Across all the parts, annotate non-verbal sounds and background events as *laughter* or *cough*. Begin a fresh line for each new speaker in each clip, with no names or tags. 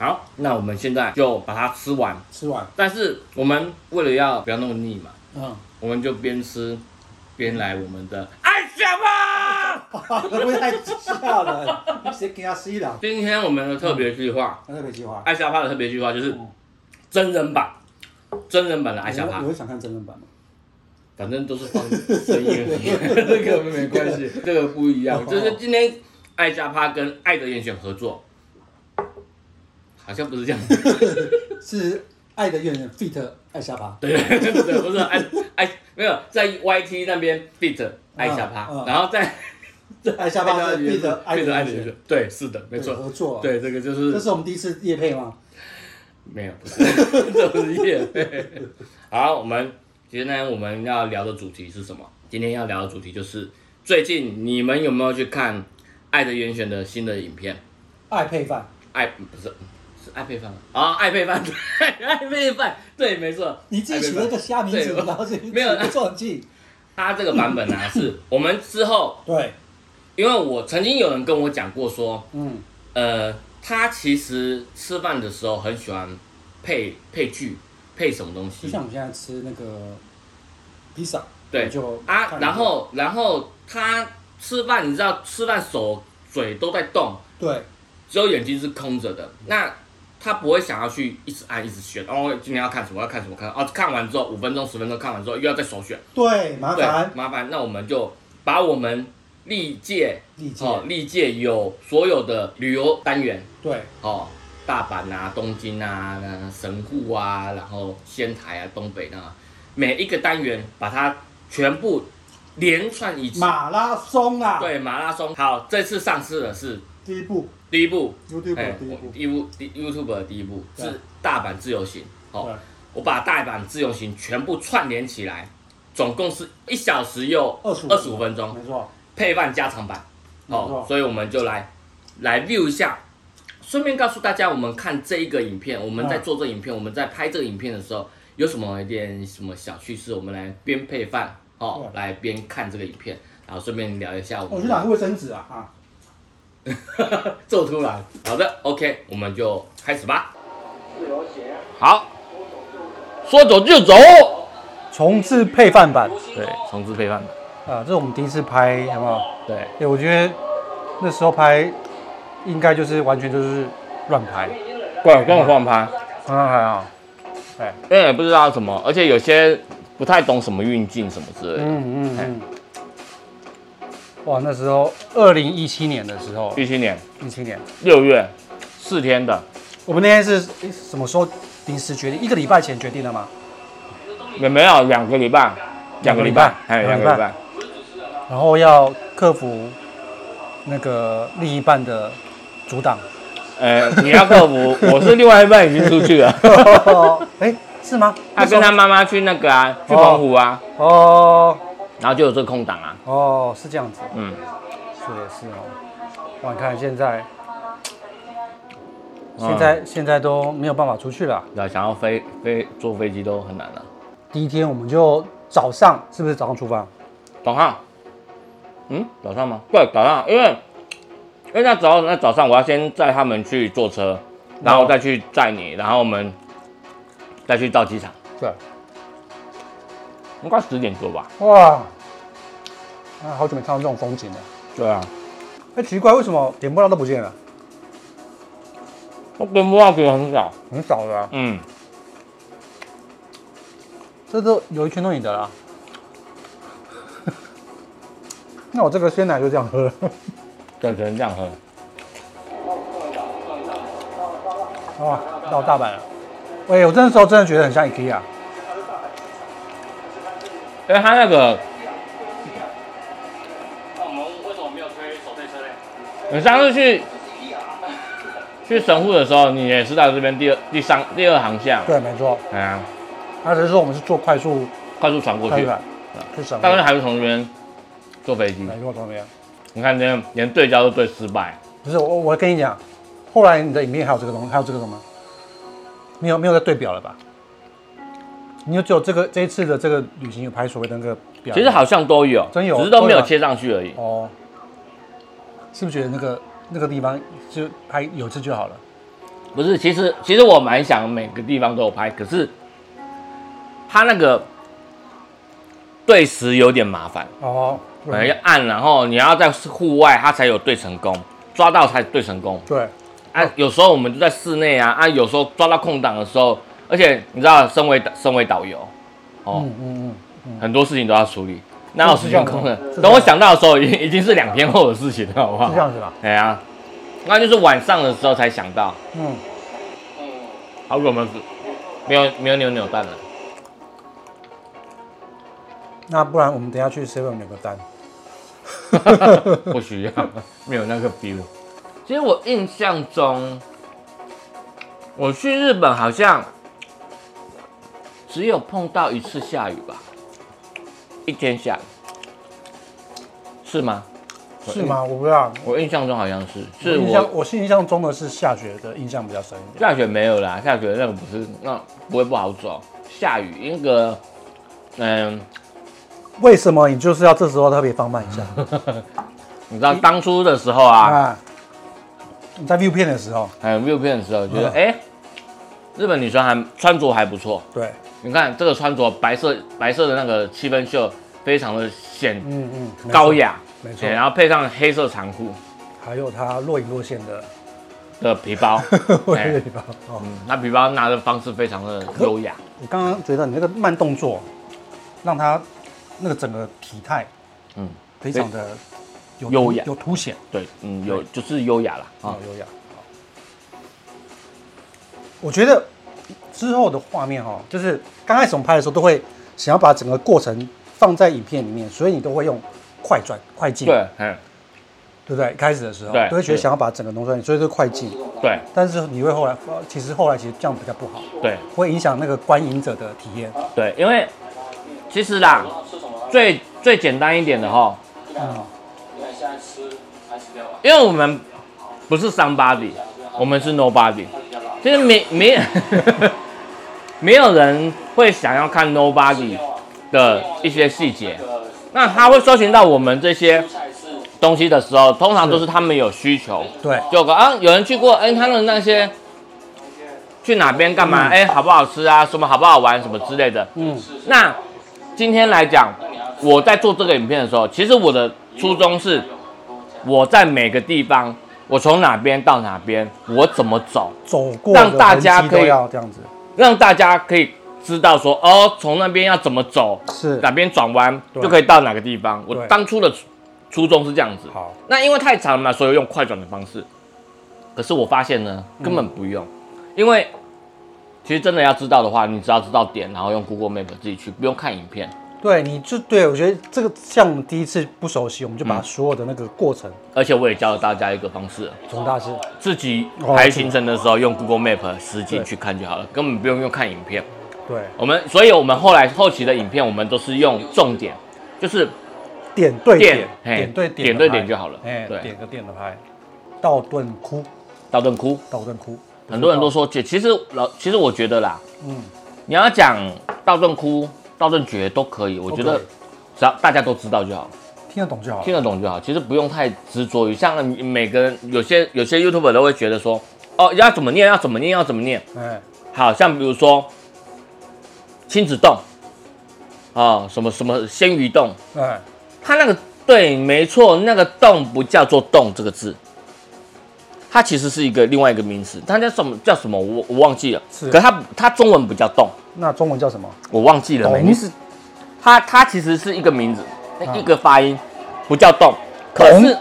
好，那我们现在就把它吃完。
吃完，
但是我们为了要不要那么腻嘛，
*laughs* 嗯，
我们就边吃边来我们的爱笑吧。
不太笑了，谁给他吸了？
今天我们的特别计划，
那特别计划，
爱笑吧的特别计划就是
嗯
真人版，真人版的爱
你
笑
会
吧
你，会想看真人版吗？
反正都是放声音而已，这个没关系，这个不一样。就是今天爱家趴跟爱的严选合作，好像不是这样。
是爱的怨人 fit 爱瞎爬，
*laughs* 对对对，不是爱爱没有在 YT 那边 fit 爱下趴，
嗯嗯
然后在
爱瞎爬是 fit 爱
fit
的
爱的
怨人，
人，对，是的，没
对
错，
合作，，啊
对，这个就
这
是
是我们第一次夜配吗？
没有，不是， *laughs* 这不是夜配。好，我们今天我们要聊的主题是什么？今天要聊的主题就是最近你们有没有去看《爱的严选》的新的影片？
爱配饭，
爱不是是爱配饭吗啊，爱配饭，对，爱配饭，对，没错，
你自己取了个瞎名字，
对
然后自己
没有
自己忘记，
它这个版本啊，是我们之后，
对，
因为我曾经有人跟我讲过说，
嗯，
呃，他其实吃饭的时候很喜欢配配剧，配什么东
就
西
像我们现在吃那个披萨，
对
就
啊
看，
然后然后他吃饭，你知道吃饭手嘴都在动，
对，
只有眼睛是空着的，那他不会想要去一直按一直选，哦，今天要看什么要看什么看，哦，看完之后五分钟十分钟看完之后又要再首选，
对，麻
对
烦，
麻烦，那我们就把我们历届
理解，
哦历届有所有的旅游单元
对，
哦，大阪啊、东京啊、那神户啊，然后仙台啊、东北啊，每一个单元把它全部连串一起，
马拉松啊，
对马拉松。好，这次上市的是
第一步
第一部，
，YouTube
哎
的第一步
我，第一部第 YouTube 的第一部
对
是大阪自由行，哦
对，
我把大阪自由行全部串联起来，总共是一小时又
25
二十五分钟，
没错，
配饭加长版，
没
哦
错，
所以我们就来来 view 一下，顺便告诉大家，我们看这一个影片，我们在
嗯
做这影片，我们在拍这个影片的时候，有什么一点什么小趣事，我们来边配饭哦，来边看这个影片，然后顺便聊一下我
我
们
去
的
拿个卫生纸啊啊，
*laughs* 做突然。好的，OK，我们就开始吧。
自由行，
好，说走就走。
重置配饭版
对，重置配饭的。
啊，这是我们第一次拍，好不好？
对，
哎，我觉得那时候拍应该就是完全就是乱拍，
逛逛晃拍，啊
刚刚还好，
因为也哎不知道什么，而且有些不太懂什么运镜什么之类的。
嗯嗯嗯。哇，那时候二零一七年的时候，
一七年
一七年，
六月四天的，
我们那天是诶什么时候临时决定？一个礼拜前决定的吗？
也没有两个礼拜，
两个礼拜
还有两
两个
个
礼拜
礼拜。
然后要克服那个另一半的阻挡。
呃，你要克服，我是另外一半已经出去了，
*laughs* 哎、是吗？
他跟他妈妈去那个啊，去澎湖啊，
哦
然后就有这个空档啊，
哦，是这样子，
嗯，
是也是哦。哇，你看现在，现
嗯
在、现在都没有办法出去了。
对，想要飞飞坐飞机都很难了。
第一天我们就早上，是不是早上出发？
早上，嗯，早上吗？对，早上，因为因为那早那早上我要先载他们去坐车，然后再去载你，然后我们再去到机场，
对。
应该十点多吧？
哇，啊，好久没看到这种风景了。
对啊，
哎、奇怪，为什么点波浪都不见了？
我跟不到给很少，
很少了、啊，
嗯，
这都有一圈都你的啊啦。 *laughs* 那我这个鲜奶就这样喝了。
对，只能这样喝。
哇，到大阪了。喂，我那时候真的觉得很像 IKEA。
因为它那个
那我们为什么没有推手推车嘞？
你上次去去神户的时候，你也是到这边第二第三第二航线，
对，没错。
哎呀、
他只是说我们是坐快速
快速传过
快
去，
船，去省。
但是还是从这边坐飞机。
没错，同学。
你看这样连对焦都对失败。
不是我，我跟你讲，后来你的影片还有这个东还有这个什么？没有，没有在对表了吧？你就只有这个这一次的这个旅行有拍所谓的那个表。
其实好像都有，
啊真有
只是都没有贴上去而已。
哦，是不是觉得那个那个地方就拍有这就好了？
不是，其实其实我蛮想每个地方都有拍，可是它那个对时有点麻烦，
哦，
可能要按，然后你要在户外它才有对成功，抓到才对成功。
对，
啊，有时候我们就在室内啊，啊，有时候抓到空档的时候，而且你知道，身为身为导游，哦，
嗯嗯
很多事情都要处理，哪有时间空的
是这样子？
等我想到的时候，已经已经是两天后的事情了，好不
嗯，是这
好？
样子吧？
哎呀，那就是晚上的时候才想到，
嗯，
好，我们没有没有扭扭
*laughs*
蛋了。
那不然我们等一下去 seven 买个单。
不需要，没有那个 feel。其实我印象中，我去日本好像只有碰到一次下雨吧，一天下雨，是吗？
是吗？我不知道，
我印象中好像是，
我
是
印象
我
我心印象中的是下雪的印象比较深一点。
下雪没有啦，下雪那个不是那不会不好走，下雨那个嗯。
为什么你就是要这时候特别放慢一下
你知道当初的时候啊，
啊？你在 view 片的时候，
还有 view 片的时候，觉得
嗯
哎、日本女生还穿着还不错，
对，
你看这个穿着白色白色的那个七分袖，非常的显
嗯嗯，没错
高，雅，
没错
对，然后配上黑色长裤
还有它若隐若现 *laughs* 的
的皮
*laughs*
包，
我这个地方。哦，
嗯那皮包拿的方式非常的优雅，
我刚刚觉得你那个慢动作，让它那个整个体态
嗯，
非常的有
优雅
有凸显，哦
对，嗯，有就是优雅啦啊
好，优雅。好我觉得之后的画面哈，就是刚开始我们拍的时候，都会想要把整个过程放在影片里面，所以你都会用快转、快进，
对，嗯，
对不对？一开始的时候，
对
都会觉得
是
想要把整个浓缩，所以就快进。
对
但是你会后来，其实后来其实这样比较不好，
对
会影响那个观影者的体验。
对，因为其实啦，
吃什么？
最最简单一点的哈，
嗯，
你看现在吃还吃掉了，
因为我们不是 somebody，我们是 nobody，
比较辣。
其实没没 *laughs* 没有人会想要看 nobody 的一些细节。
啊
那他会搜寻到我们这些
菜是
东西的时候，通常都是他们有需求，
对，
就个啊，有人去过，哎、他们那些去哪边干嘛，哎、好不好吃啊，什么好不好玩，什么之类的。
嗯，
那今天来讲，我在做这个影片的时候，其实我的初衷是，我在每个地方，我从哪边到哪边，我怎么走，
走过
让
的
大
痕迹
家可
都
以
要这样子，
让大家可以知道说，哦，从那边要怎么走，
是
哪边转弯
对
就可以到哪个地方。我
对
当初的初初衷是这样子。
好，
那因为太长了嘛，所以用快转的方式。可是我发现呢，根本不用，因为其实真的要知道的话，你只要知道点，然后用 Google Map 自己去，不用看影片。
对，你就对我觉得这个像我们第一次不熟悉，我们就
嗯
把所有的那个过程
而且我也教了大家一个方式，
从大师，
自己
哦
排行程的时候用 Google Map 实景
对
去看就好了，根本不用用看影片。
对，
我们，所以我们后来后期的影片，我们都是用重点，就是
点对点
点，嘿
点对点，
点对点就好了
哎，
对
点个点的拍，道顿窟，
道顿窟。
道顿窟，
很多人都说绝，其实老，其实我觉得啦，
嗯，
你要讲道顿窟、道顿崛都可以，我觉得
OK
只要大家都知道就好，
听得懂就好
听
了，
得懂就好。其实不用太执着于，像每个人有些有些 YouTuber 都会觉得说，哦，要怎么念，要怎么念，要怎么念。
哎，
好像比如说亲子洞，啊、什么什么鲜鱼洞，
哎，
它那个对，没错，那个洞不叫做洞这个字，它其实是一个另外一个名词，它叫什么叫什么我我忘记了，
是
可它它中文不叫洞，
那中文叫什么？
我忘记了，
懂
没意思。它它其实是一个名字，
啊
一个发音，不叫洞，可
懂
是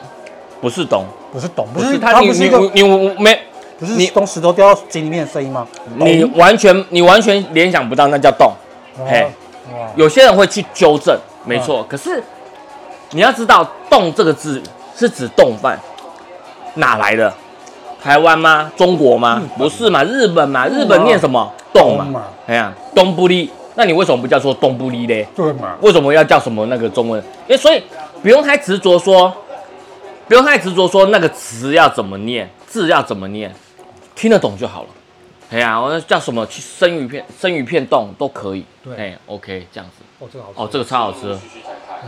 不是懂，
不是懂，
不
不
是
是
它
它
你
不是
你
一个，
你你没
不是
你
从石头掉到井里面的声音吗？
你
懂
完全你完全联想不到那叫洞，嘿，
哇哇
有些人会去纠正，没错。
嗯
可是你要知道“动”这个字是指动饭，哪来的？台湾吗？中国吗？不是嘛，日本嘛，日本念什么“动”
动
嘛
啊嘛？
哎呀，东不利。那你为什么不叫做东不利嘞？
对嘛？
为什么要叫什么那个中文？因为所以不用太执着说，不用太执着说那个词要怎么念，字要怎么念，听得懂就好了。哎呀，我那叫什么去生鱼片、生鱼片冻都可以。
对
哎，OK，这样子。
哦，这个好吃
哦，这个超好吃的。
继续再看。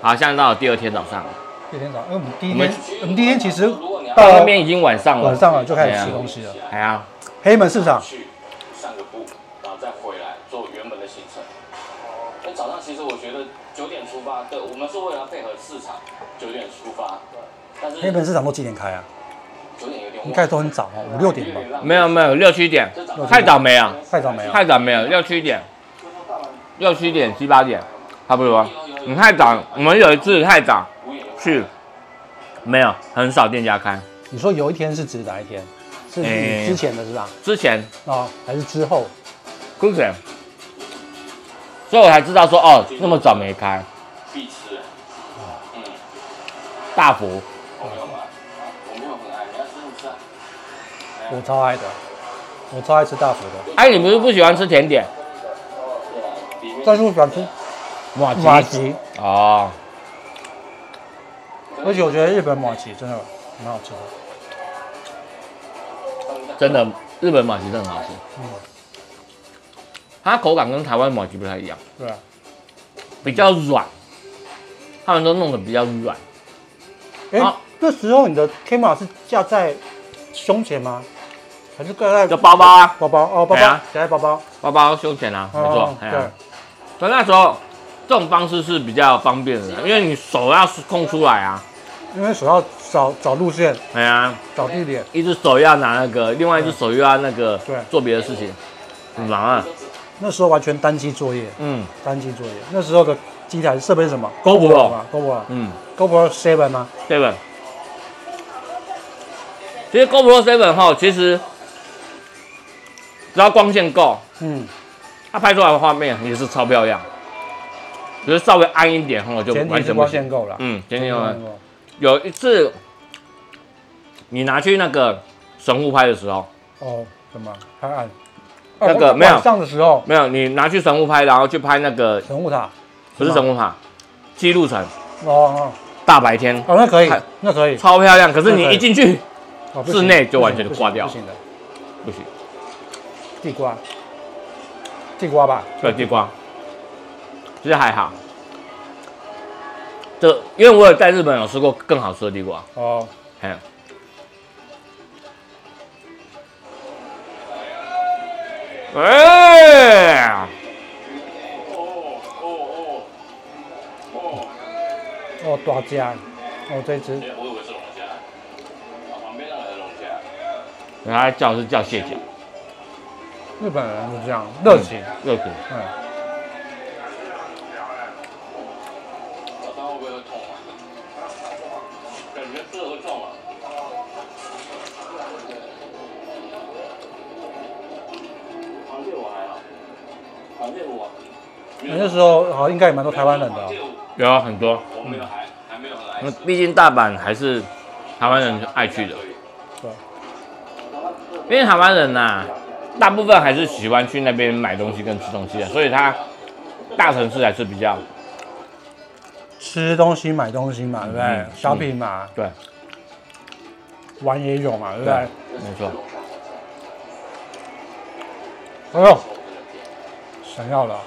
好，现在到了第二天早上，
第一天早上，因为我们第一
我们
天，我们第一天其实
如果你要
到
到
那边已经晚上了。
晚上了就开
对
始
啊
吃东西了，
哎呀，
黑门市场
去散个步，然后再回来做原本的行程。那早上其实我觉得九点出发，对，我们是为了配合市场九点出发，但是
黑门市场都几点开啊？
九点有点晚
应该都很早哦，五六点吧。
吧
没有没有六七点，太早没了，
太早没了
太早没有六七点，六七点七八点差不多。你太早，我们有一次太早去，没有很少店家开。
你说有一天是指哪一天？是
哎
你之前的是吧？
之前
哦，还是之后？
之前，所以我才知道说哦那么早没开
必吃。嗯，
大福，
我没有买，我没有很爱，你要吃你吃啊。
我超爱的，我超爱吃大福的。
哎你不是不喜欢吃甜点？
对啊，里面
但是我喜欢吃
马
马吉，
哦，
而且我觉得日本马吉真的蛮好吃的。
真的日本马吉真的很好吃，它口感跟台湾马吉不太一样。
对啊，
比较软，他们都弄得比较软。
哎、
好
这时候你的 camera 是架在胸前吗？还是挂在
就包包啊
包包哦，包包
哎呀
夹在包包。
包包胸前啊，没错
哦，
哎呀，所以那时候这种方式是比较方便的，因为你手要空出来啊，
对，因为首要找找路线，
哎呀，
找地点。
一只手要拿那个，另外一只手又要那个，
对
做别的事情，很忙啊，
那时候完全单机作业，
嗯
单机作业。那时候的机台设备是什么
GoPro
吗？GoPro，GoPro
嗯，
Seven 吗？
对吧？其实 GoPro Seven 哈，其实只要光线够，
嗯，
它拍出来的画面也是超漂亮，只是稍微暗一点哈，就
前
完
提是
全不
光
行。
线够了。
嗯，前天
前提
有
光
啊
线够，
有一次，你拿去那个神户拍的时候，
哦，什么？太暗。
那个
哦
没有
晚上的时候，
没有，你拿去神户拍，然后去拍那个
神户塔。
不是神户塔，记录城，
哦哦
大白天
哦，那可以
看，
那可以。
超漂亮，可是
对
你
对
一进去
哦不行
室内就
不行
完全
不行
挂掉
不行的。
不行，
地瓜，地瓜吧。
对地瓜，其实还好。这因为我有在日本有吃过更好吃的地瓜，
哦，
还有哎、
哦，大家，哦，这一只
我以为是龙虾，啊旁边那个是龙虾，
人家叫是叫蟹脚，
日本人就这样热情。
肉骨
嗯，
早上会不会会痛啊？感觉是会痛啊。螃蟹我还好，螃蟹我没有
嗯那时候好像应该也蛮多台湾人的哦嗯
螃蟹我
有很多。
我没有还还没有很爱
那
吃。
毕竟大阪还是台湾人爱去的，因为台湾人呐、大部分还是喜欢去那边买东西跟吃东西的，啊所以他大城市还是比较
吃东西、买东西嘛，对不对
嗯？
小品嘛，
对，
玩也有嘛，对不对？
没错。
哎呦，想要了，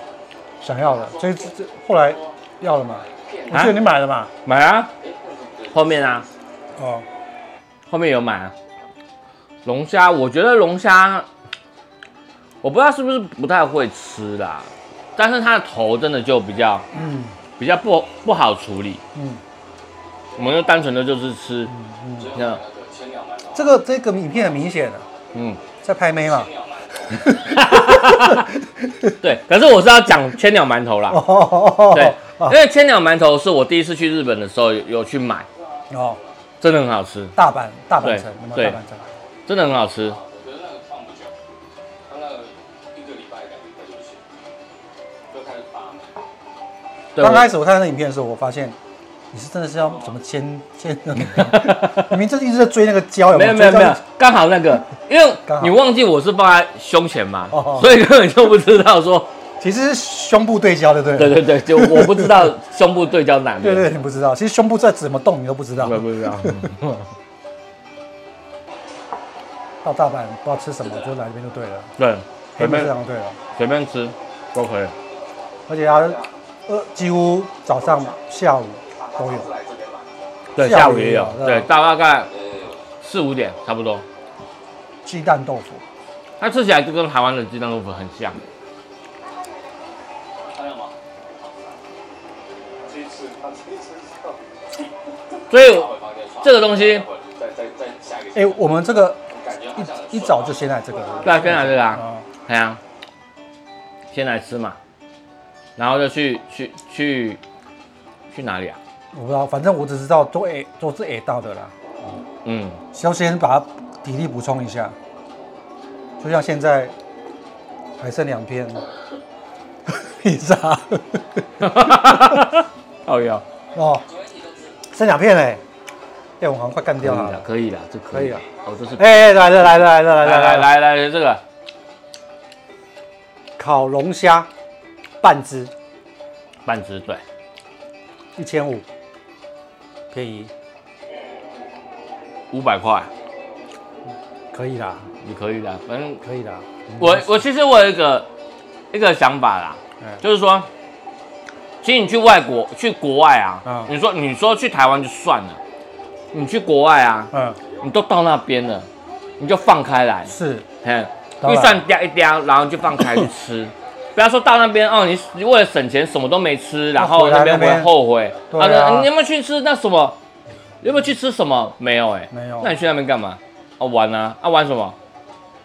想要了，这这这后来要了嘛？我
啊
记得你买了嘛？
买啊，后面啊，
哦，
后面有买啊。龙虾，我觉得龙虾，我不知道是不是不太会吃啦，但是它的头真的就比较
嗯
比较不不好处理，
嗯，
我们就单纯的就是吃，那
这个这个影片很明显的
嗯。啊
在拍妹嘛。
*laughs* 对，可是我是要讲千鸟馒头啦。
哦，
对，因
哦
为千鸟馒头是我第一次去日本的时候有有去买，
哦，
真的很好吃，
大阪大阪
对
城，那么大
对
阪城，啊
真的很好吃。
可是那个放不久，他那个一个礼拜两个礼拜就不行，就开始拔了。
对，
刚
我
开始我看那影片的时候，我发现你是真的是要怎么牵牵的，
*laughs*
你们这一直在追那个胶，有
没有没有
追到
没有
一起，
刚好那
*laughs*
个，因为
刚好
你忘记我是放在胸前嘛
哦哦，
所以根本就不知道
*laughs*
说，
其实是胸部对焦，对不对？
对对对，就我不知道胸部对焦哪
对
边，
对，你不知道，其实胸部在怎么动你都不知道。
我也不知道。
*laughs*
嗯
到大阪不知道吃什么，就来这边就对了，
对，
黑
随
门
便
市场就对了，
随便吃都可以。
而且它呃几乎早上、下午都有。
对，呃
下
下
午
午也
也有
有，
对
对，大大概四五点差不多。
鸡蛋豆腐，
它吃起来就跟台湾的鸡蛋豆腐很像。
还有吗？
鸡翅，把鸡翅笑。
所以
下
我
回房间刷
这个东西，
再再再下一个。
哎、我们这个
感觉好像很
一一
顺
早就先来这个了
对啊，先来这个啊，
啊，
哎呀、先来吃嘛，然后就去去去去哪里啊？
我不知道，反正我只知道都 A 都是 A 到的啦，
嗯， *laughs*
要先把它体力补充一下，就像现在还剩两 *laughs* 片披萨
哦哟，
*laughs* 哦，剩两片嘞、哎、我好像快干掉
可以
它
了
了，，
可以了，这啊可以了
可。
哦，这是
哎、哎来了来了来了
来
来了
来来来来这个
烤龙虾半只
半只对，
一千五，便宜
五百块
可以啦，
也可以的，反正
可以啦，
我我其实我有一个一个想法啦，
嗯
就是说，其实你去外国去国外啊，
嗯
你说你说去台湾就算了，你去国外啊，
嗯
你都到那边了，你就放开来，
是
嘿，
当然
预算嗲一嗲，然后就放开去
*laughs*
吃。不要说到那边哦，你你为了省钱什么都没吃，然后
回
那
来
边
那
会
边
后悔。
对啊
那你有没有去吃那什么？你有没有去吃什么？没有哎、
没有
那你去那边干嘛？啊玩啊啊玩什么？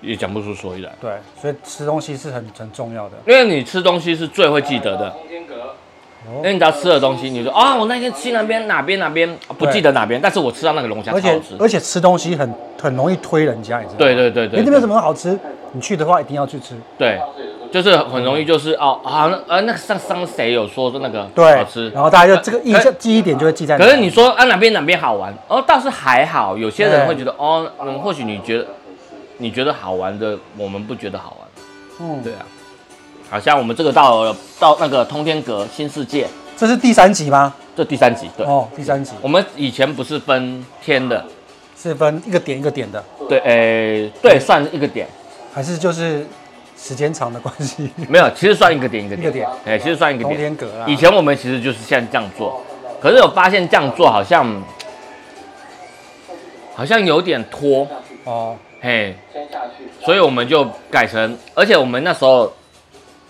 也讲不出所以然。
对，所以吃东西是很很重要的。
因为你吃东西是最会记得的，
空间格，
哦
因为你只要吃了东西，你就说啊、我那天吃那边哪边哪边、啊不记得哪边，但是我吃到那个龙虾
而
超好
且
吃。
而且吃东西很很容易推人家，你知道吗？
对对对对
哎，那边有什
么？
么好吃？你去的话一定要去吃。
对，就是很容易就是哦啊那呃那个上上谁有说那个
对，
好吃，
然后大家就这个
可
印象记忆点就会记在。
可是你，说啊哪边哪边好玩，哦倒是还好，有些
哎
人会觉得哦，嗯，或许你觉得你觉得好玩的，我们不觉得好玩。
嗯，
对啊，好像我们这个到了到那个通天阁新世界，
这是第三集吗？
这第三集对。
哦，第三集
我们以前不是分天的，
是分一个点一个点的，
对，诶、对，算一个点，
还是就是时间长的关
*laughs*
系？
没有，其实算一个点一个
一
点，
个点，
哎、其实算一个
通
点。
天阁啦。
以前我们其实就是像这样做，可是我发现这样做好像好像有点拖，
哦，
嘿，
先下去。
所以我们就改成，而且我们那时候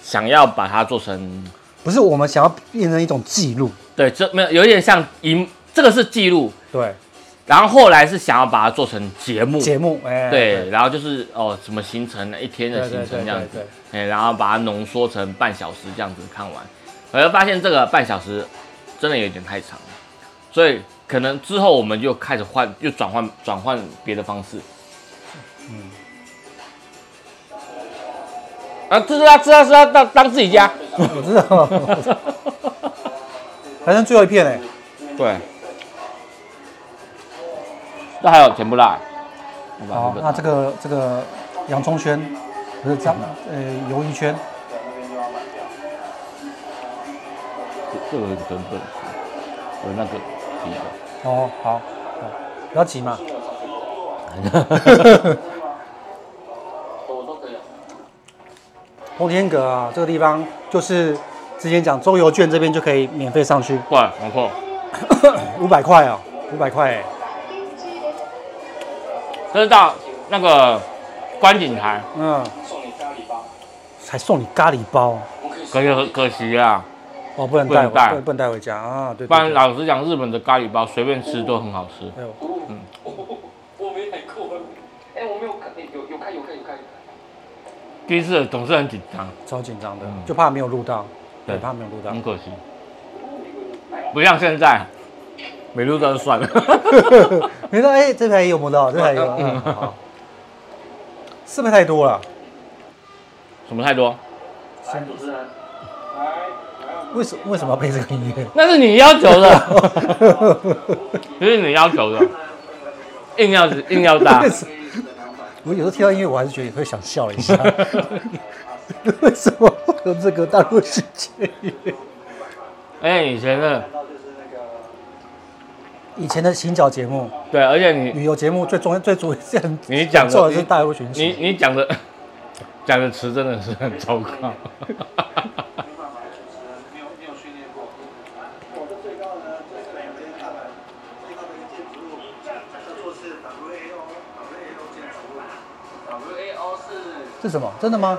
想要把它做成，
不是我们想要变成一种记录，
对，这没有有一点像荧，这个是记录，
对，
然后后来是想要把它做成节目，
节目，哎，
对，然后就是哦什么行程一天的
对
行
对
程
对
这样
对
子
对，，
哎，然后把它浓缩成半小时这样子看完，我就发现这个半小时真的有点太长了，所以可能之后我们就开始换，又转换转换别的方式。嗯。啊，吃啊吃啊吃啊，当当自己
*laughs*
家。
我知道。还剩最后一片哎，
对。这还有甜不辣。我把
好，那这
拿
个这个洋葱圈，不是这样，呃，鱿鱼圈，
这个等等，有那个皮的。
哦，好，好不要急
*laughs*
嘛，
我都可以啊。
通天阁啊，这个地方就是之前讲周游券这边就可以免费上
*laughs*
去，
对，没错，
五百块哦，五百块哎，
这是到那个观景台，
嗯，
送你咖喱包，
还送你咖喱包
我可以
可
送。
是可惜啊，
哦，不能
不
带，
能带
不不能带回家啊，对，
不然
对对
老实讲，日本的咖喱包随便吃都很好吃。
哎呦，
我没来过。哎，我没有看，哎有有看有看有看。
第一次总是很紧张，
超紧张的
嗯，
就怕没有录到，
对嗯
对，怕没有录到 *laughs*
很，可惜，不像现在，没录到就算了。
没到哎，这台也有摸到，这台也有，嗯，好，是不是太多了？
什么太多？
来，主持人。
为什为什么要配这个 *laughs* 音乐？。
那是你要求的，这是你要求的，硬要硬要搭
*laughs* 我有时候听到音乐，我还是觉得会想笑一下。 *laughs* 为什么会有这个大陆世界？
而且以前的
以前的行脚节目、
对，而且你
旅游节目最重要、最主最很
你讲的
做的是大陆巡
你
视。
你讲的 *laughs* 讲的词真的是很糟糕。 *laughs*
W A O 是
是什么？真的吗？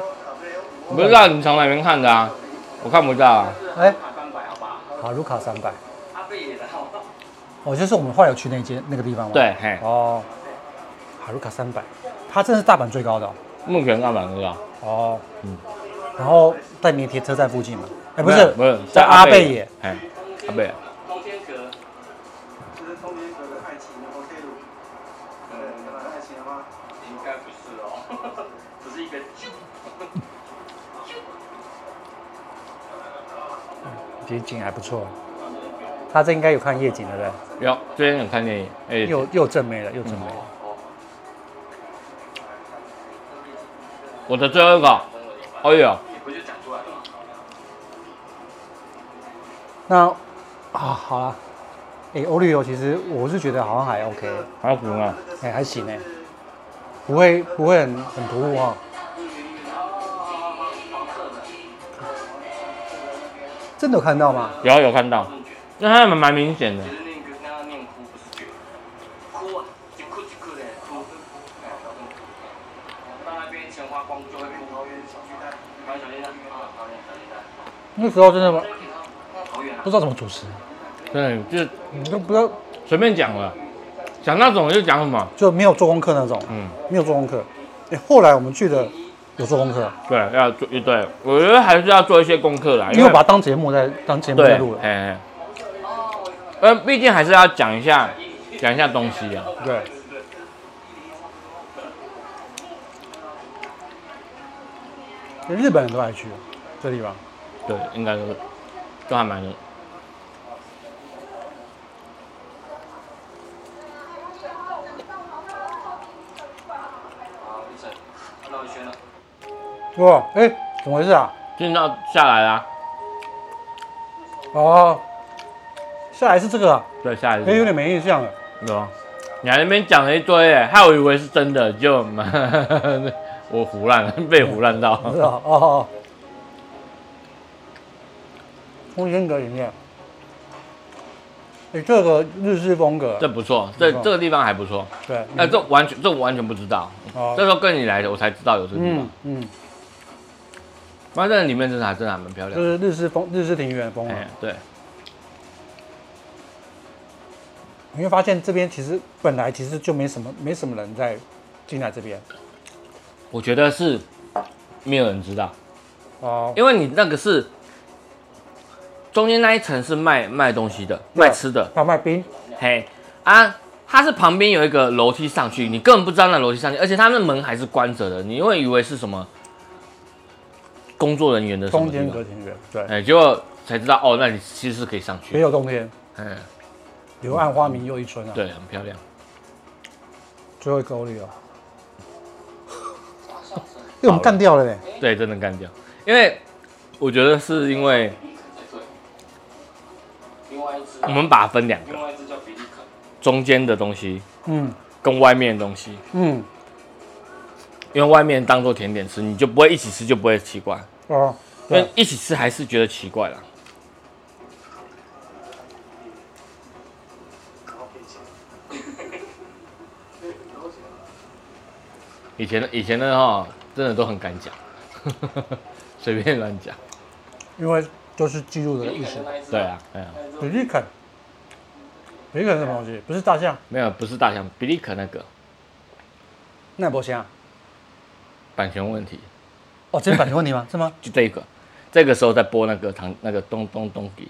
不知道你从哪边看的啊？我看不到啊。
哎，
三百好不好？
好，卢卡三百。
阿贝也来好不好？
哦，就是我们后来有去那间那个地方吗？。
对，嘿，
哦，哈鲁卡三百，它真的是大阪最高的哦。
目前看板是吧？
哦，然后在名铁车站附近嘛？哎，不
没
是
有，不是，
在阿贝
野
野。，
嘿，阿贝野，
通天阁，
就是通天阁的爱情的 hotel，对，有爱情的吗？
应该不是哦，只是一个啾。
景景还不错。他这应该有看夜景的，对不
有最近有看电影，哎
对？，又嗯又正妹了，又正妹了。
我的最后一个，哎呦，
那啊，好了，哎，欧旅游其实我是觉得好像还 OK，
好苦啊！
哎，还行哎，不会不会很很突兀哦哈、真的有看到吗？
有有看到，那他们蛮明显的，
就是那个那念哭不是觉，哭啊，就哭就哭的哭。到那边钱花光就会哭，好远小巨蛋，好远小巨蛋，啊，好远小巨蛋，
那时候真的
好远啊
不！知道怎么主持，
对，就是
你嗯都不知道
随便讲了，讲那种就讲什么，
就没有做功课那种，
嗯，
没有做功课。哎，后来我们去的有做功课，
对，要做，对，我觉得还是要做一些功课啦，
因为我把它当节目在当节目
对
在录，了。
哎，呃，毕竟还是要讲一下，讲一下东西啊，
对，日本人都爱去这地方，
对，应该都都还蛮
好，一层绕一圈了。
哇，哎，怎么回事啊？
进到下来啦，
哦，下来是这个啊，
对，下来是
哎，有点没印象了。
有啊，你还在那边讲了一堆耶，害我以为是真的，就 *laughs* 我胡乱了，被胡乱到。
不知道哦哦。哦通天阁里面，哎，这个日式风格，
这不错，这
不错
这个地方还不错。
对，嗯
哎、这完全这我完全不知道，
哦
这时候跟你来的我才知道有这个地方
嗯。嗯，
反正、里面真的还真的还蛮漂亮
就
的。
是日式风日式庭园风
哎、
啊。
对，
你会发现这边其实本来其实就没什么没什么人在进来这边
我觉得是没有人知道，
哦，
因为你那个是中间那一层是卖卖东西的，
对
卖吃的，
他卖冰，
嘿啊，它是旁边有一个楼梯上去，你根本不知道那楼梯上去，而且它那门还是关着的，你会以为是什么工作人员的什么
通
地
天
方
阁，庭园，对，
哎、结果才知道哦，那你其实是可以上
别
去，
有洞天，
嗯，
柳暗花明又一村啊。，
对，很漂亮。
最后一个欧里哦，被我们干掉了嘞。
对，真的干掉，因为我觉得是因为
另外一只，
我们把它分两个，
另外一只叫比利肯，
中间的东西
嗯
跟外面的东西，
嗯，
因为外面当做甜点吃，你就不会一起吃，就不会奇怪，
哦，
因为
对，
一起吃还是觉得奇怪啦。以前的以前的哈，真的都很敢讲， *laughs* 随便乱讲。
因为就是记录的
比利
意
肯
思
就。那一只。
对啊，对啊，
比利肯，比利肯是什么东西？不是大象，
没有，不是大象，比利可那个
奈博虾。
版权问题。
哦，这是版权问题吗？是吗？
就这个，这个时候在播那个唐那个咚咚咚底，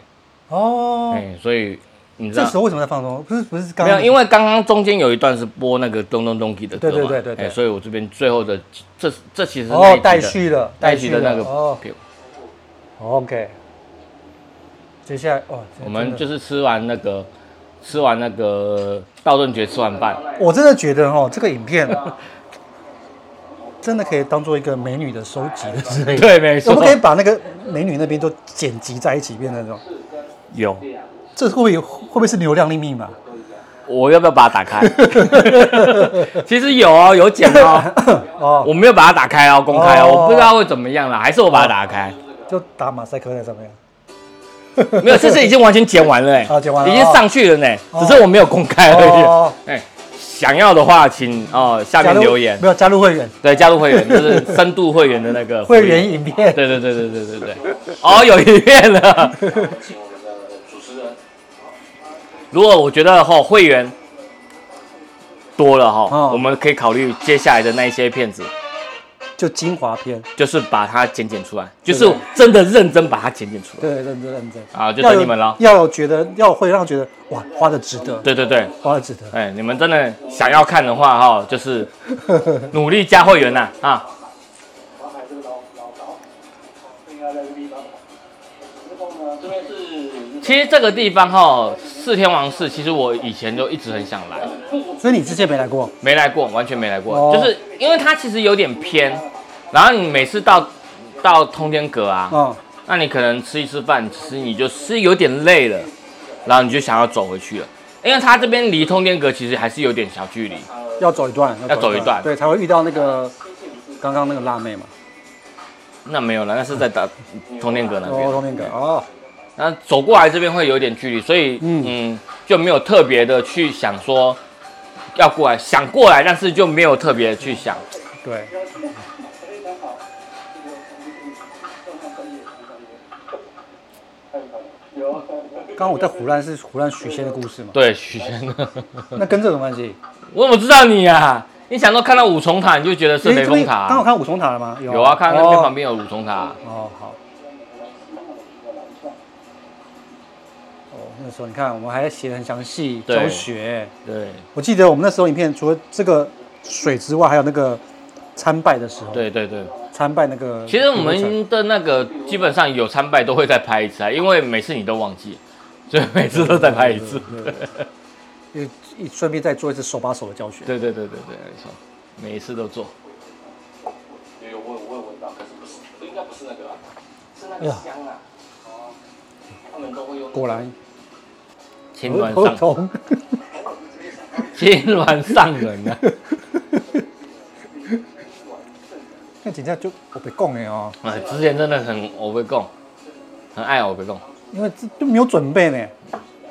哦，
哎、所以你知
这
道
时候为什么在放松？不是不是刚
没
刚
有？因为刚刚中间有一段是播那个咚咚咚底的歌嘛，
对对对对对
哎所以我这边最后的这这其实是那一集
哦
的
带续了，
带续的那个
哦
片，
，OK。接下来哦，
我们就是是吃完那个吃完那个道顿崛吃完饭，
我真的觉得哦，这个影片真的可以当做一个美女的收集的之类的。
对，没
我
错
们，可以把那个美女那边都剪辑在一起，变成那种，
有，
这会不会有会不会是流量的密码？
我要不要把它打开？ *laughs* 其实有哦，有剪
*laughs*
哦，
*coughs* 哦，
我没有把它打开哦，公开哦，
哦
我不知道会怎么样啦，还是我把它打开。
就打马赛克在上面。
没
*laughs*
有，这是已经完全剪完了哎、
哦剪完了
已经上去了呢、
哦
只是我没有公开而已。哎、
哦
想要的话，请哦下
加
面
入
留言，
没有加入会员，
对，加入会员就是深度会员的那个
*laughs* 会员影片
对对对对对对对，哦，有一面了。
请我们的主持人
如果我觉得哈会员多了哈
哦，
我们可以考虑接下来的那一些片子，
就精华片，
就是把它剪剪出来，就
对
是真的认真把它剪剪出来
对，认真认真。
啊，就
要
等
有
你们了。
要有觉得要会让觉得哇，花的值得，
对对对，
花的值得。
哎，你们真的想要看的话哈，就是努力加会员呐啊，
把海这个老老岛不应该在这个地方。然后呢，
这边是
其实这个地方哈，四天王寺，其实我以前就一直很想来，
*laughs* 所以你之前没来过，
没来过，完全没来过，
哦
就是因为它其实有点偏，然后你每次到到通天阁啊，
嗯，
那你可能吃一吃饭，其实你就吃有点累了，然后你就想要走回去了，因为它这边离通天阁其实还是有点小距离，
要走一段，
要走一段
对，才会遇到那个刚刚那个辣妹嘛，
那没有了，那是在打通天阁那
哦，
边，
后面个哦，
那走过来这边会有点距离，所以嗯
嗯
就没有特别的去想说要过来，想过来，但是就没有特别去想。
对，
非常好，这个我们可以正常专业，正常专业。太好了，有。
刚刚我在胡乱是胡乱许仙的故事嘛，
对，许仙的，
那跟这有什么关系？
*laughs* 我怎么知道你啊？你想说看到五重塔，你就觉得是
诶
雷
这边
峰塔、啊
刚好哦看五重塔了吗？有
有啊，看到那边旁
边。
边有五重塔，啊
哦，好。哦，那时候你看，我们还写得很详细，
对
教学。
对
我记得我们那时候影片，除了这个水之外，还有那个参拜的时候，，
对对对。
参拜那个。
其实我们的那个基本上有参拜都会再拍一次啊，因为每次你都忘记，所以每次都再拍一次。
也也顺便再做一次手把手的教学。
对对对对对，没错，每一次都做。
有有我有我有闻到，可是不是应该不是那个啊，是那
哎
个
呀
香啊。哦，他们都会用。
果然
青鸾
头
上，
痛。 *laughs*
青鸾上人啊！
那警察就我被供了哦，
哎，之前真的很我被供，很爱我被供。
因为这都没有准备呢，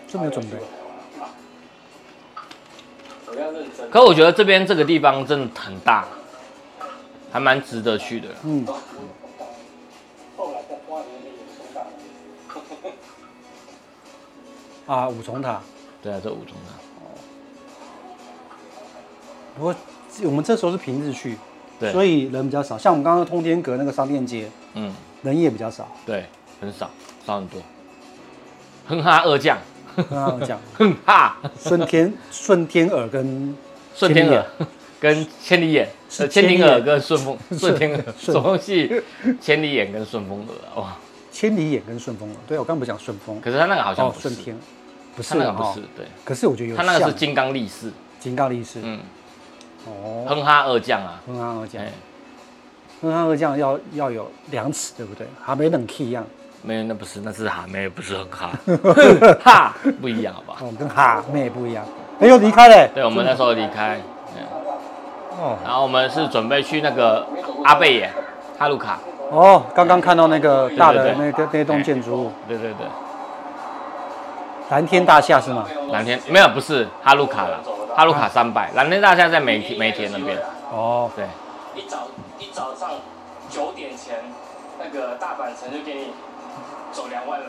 这没有准备。
我要认真。
可我觉得这边这个地方真的很大，还蛮值得去的啦。
嗯，
后来在花园里也收到了。
啊，五重塔。
对啊，这五重塔。
不过我们这时候是平日去，
对，
所
以
以人比较少。像我们刚刚通天阁那个商店街，
嗯，
人也比
*laughs*
较少。
对，很少，少很多。哼哈二将，
跟他们讲，
哼哈，
顺天顺天耳跟
顺天耳跟千里眼，
是
呃，千
千里
里耳
眼
跟顺风顺天耳，什
顺
么东西？千里眼跟顺风耳啊哇！
千里眼跟顺风耳。对我刚不讲顺风，
可是他那个好像
哦
不是
顺，天，不
他
是
那个
啊
不
哈
是，。对，
可是我觉得有
他那个是
像
金刚力士，
金刚力士。
嗯，
哦，
哼哈二将啊，
跟他们讲
哎。，
跟他们讲要要有量尺，对不对？还没冷气一样。
没有，那不是，那是哈，没有，不是哼哈， *laughs* 哼哈不一样，好吧？
哦，跟哈妹不一样。哎呦，离开嘞！
对，我们那时候离开，对
哦
然后我们是准备去那个阿贝耶、哈鲁卡，
哦，刚刚看到那个大的
对
那个那栋建筑物，
对对对，
蓝天大厦是吗？
蓝天没有，不是哈鲁卡啦，哈鲁卡三百，蓝天大厦在梅田梅田那边，
哦，
对，
一早一早上九点前，那个大阪城就给你走两万了。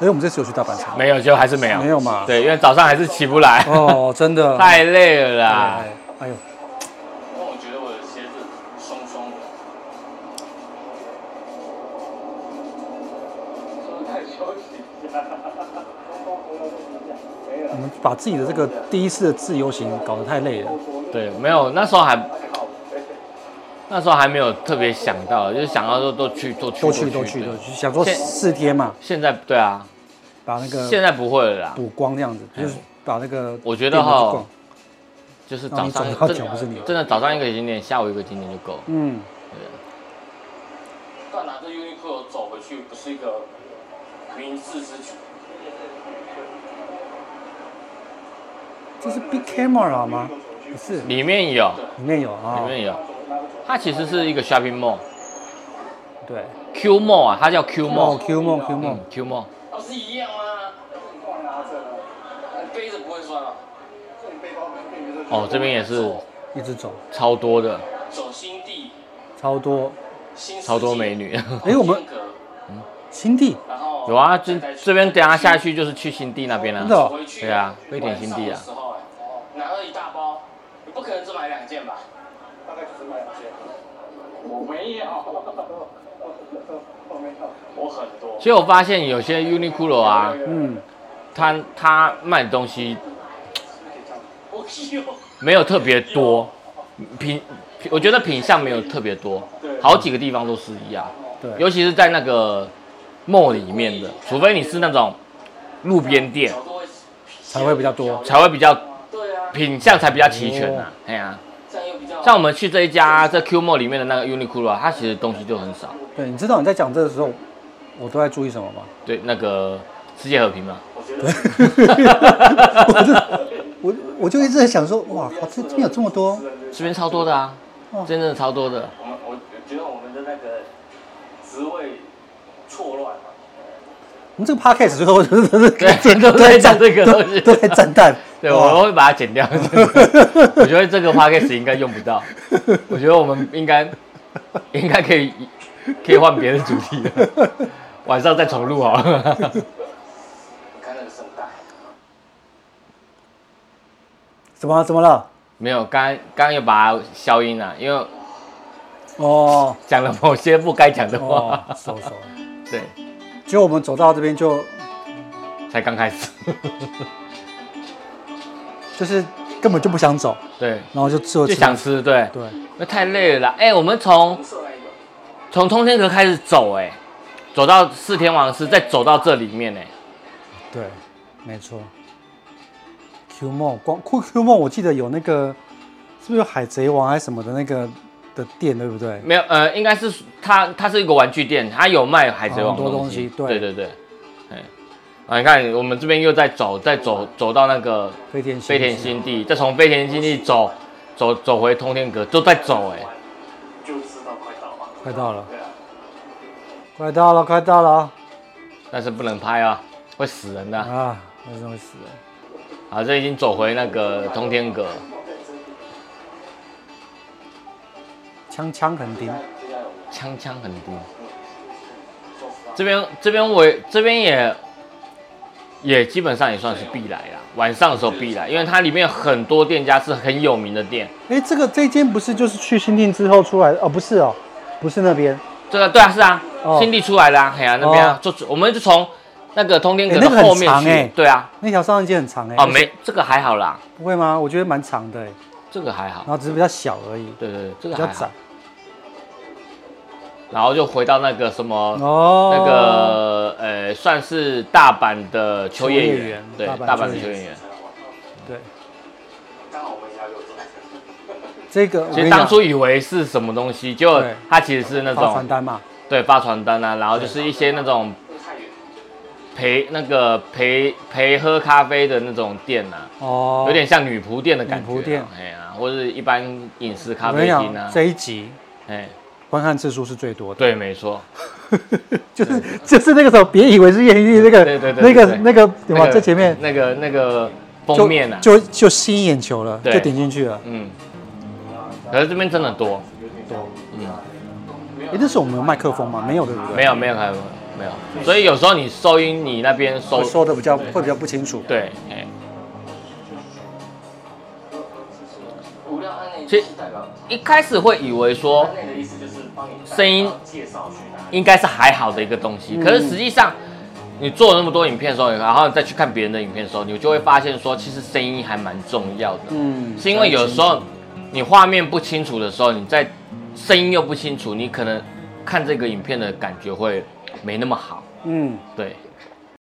哎，我们这次有去大阪城？
没有就还是没有，
没有嘛？。
对，因为早上还是起不来，
哦，真的。
太累了啦。
哎哎呦，
因为我觉得我的鞋子松松的。说再休息一下。
没
我
了，
们把自己的这个第一次的自由行搞得太累了。
对，没有，那时候还
还好。
那时候还没有特别想到，就是想要说都去都去
多去多去
对
多去，想说四天嘛，
现在对啊，
把那
现
个
在不会了啦，
补光这样子，就是把那个
哎我觉得哈
店都去逛
就是早
让你
上
走到
真
脚不是你
真的早上一个景点，下午一个景点就够了。
嗯，
但拿着 Uniqlo 走回去不是一个明智之举。
这是 big camera 吗？不是，里
里面有，
面有啊
里，面有，它其实是一个 shopping mall，Q
啊对。
mall 啊，它叫 Q
哦
mall，
，Q 梦 Q
嗯
梦，
，Q mall，
老师一样吗？
拿着，
背着不会酸啊。
这背包跟背着
哦，这边也是
一直走，
超多的，
走新地，
超多
新世纪
超多美，女。 *laughs*
哎我们
天阁
新地，
然后
有啊，这
再再去
这边等一下下去就是去新地那边
真的
了、
哦
回去
对啊
晚上
非典新地啊
的时候哎拿了一大包，你不可能只买两件吧？
大概只买两件，
我没有，
我没有。
我很多。
所以我发现有些 Uniqlo 啊，
嗯，
它它卖的东西
我有，
没有特别多，品品我觉得品相没有特别多，好几个地方都是一样，
对，
尤其是在那个 mall 里面的，除非你是那种路边店
角度会
才会比较多
才会比较
对啊，
品相才比较齐全啊。哎呀、
这样又比较
像我们去这一家这 Q mall 里面的那个 Uniqlo 啊，它其实东西就很少。
对，你知道你在讲这的时候，我都在注意什么
*laughs*
吗？
对，那个世界和平嘛，
我觉得
我就我我就一直在想说，哇靠，这这边有这么多，
这边超多的啊
哦，
真的超多的。
我们我觉得我们的那个职位错乱了。
我们这个 podcast 最后就是都是
对都在讲这个
都
东西
都在赞叹，
对，
哇
我会把它剪掉。 *laughs* 我觉得这个 podcast 应该用不到，我觉得我们应该应该可以可以换别的主题了，晚上再重录好了。
你看那个圣诞，
怎么怎么了？
没有，刚刚刚又把它消音了，因为
哦
讲了某些不该讲的
哦
话，，
熟熟。
*laughs* 对，
结果我们走到这边就
才刚开始， *laughs*
就是根本就不想走，
对，
然后就只有
就
吃
想吃，对，
对，
那太累了啦。哎、我们从
红色那一个，
从通天阁开始走、哎，走到四天王寺，再走到这里面、哎。
对，没错。Q 梦光酷 Q 梦，我记得有那个是不是有海贼王还是什么的那个的店，对不对？
没有，呃，应该是它，它是一个玩具店，它有卖海贼王
哦很多东西
西，
对
对对对，哎，啊，你看我们这边又在走，再走走到那个
飞天
飞田新地，再从飞田新地走走走回通天阁，都在走、哎，
就知道快到了。
快到了，
对啊，
快到了，快到了
但是不能拍啊，会死人的啊。
啊！我真的会死了。
啊，这已经走回那个通天阁，
枪枪肯定，
这家有
枪枪很多。
做法
这边这边我也这边也也基本上也算是必来啦，晚上的时候必来，因为它里面有很多店家是很有名的店。
哎，这个这间不是就是去新店之后出来的哦？不是哦，不是那边，
对啊，对啊，是啊，
哦
新地出来啦，哎呀、那边啊，就我们就从那个通天阁
哎
的
那个很
后面
长
去，
哎
对啊，
那条商人街很长哎、
哦，没，这个还好啦，
不会吗？我觉得蛮长的哎、
这个还好
然，后只是比较小而已，
对对对，这
比
个
较
还
窄
好，然后就回到那个什么。
哦。
那个呃，算是大阪的秋叶
秋叶
原
原，
对，
大阪
大阪的
秋
秋
叶
叶原。
对，
刚好我们家有做。
这个我
其
跟
实
你
当
讲
初以为是什么东西，结果
对
它其实是那
发传
种
单嘛，
对发传单啊，然后就是一些那种陪那个陪陪喝咖啡的那种店啊，
哦，
有点像女仆店的感觉、啊，
女仆店
哎呀、或者是一般饮食咖
我跟
啡
你
厅
讲，
啊，
这一集
哎，
观看次数是最多的，
对，没错，
就是就是那个时候，别以为是艳遇那个，
对对对
那个
对
那个对
那
吧？
个
在前面
那个那个
就
封面啊，
就就吸引眼球了，
对
就点进去了。
嗯，可是这边真的多，嗯
哎，那是我们有麦克风吗？没有，对不对？
没有没有还没有，所以有时候你收音你那边收
我说的比较会比较不清楚。
对，哎，
无料案内
其
就
实
是代表，
一开始会以为说
案内的意思就是帮你
声音
介绍去哪里。
应该是还好的一个东
嗯
西，可是实际上。你做了那么多影片的时候，然后你再去看别人的影片的时候，你就会发现说，其实声音还蛮重要的。
嗯，
是因为有时候你画面不清楚的时候，你在声音又不清楚，你可能看这个影片的感觉会没那么好。
嗯，
对，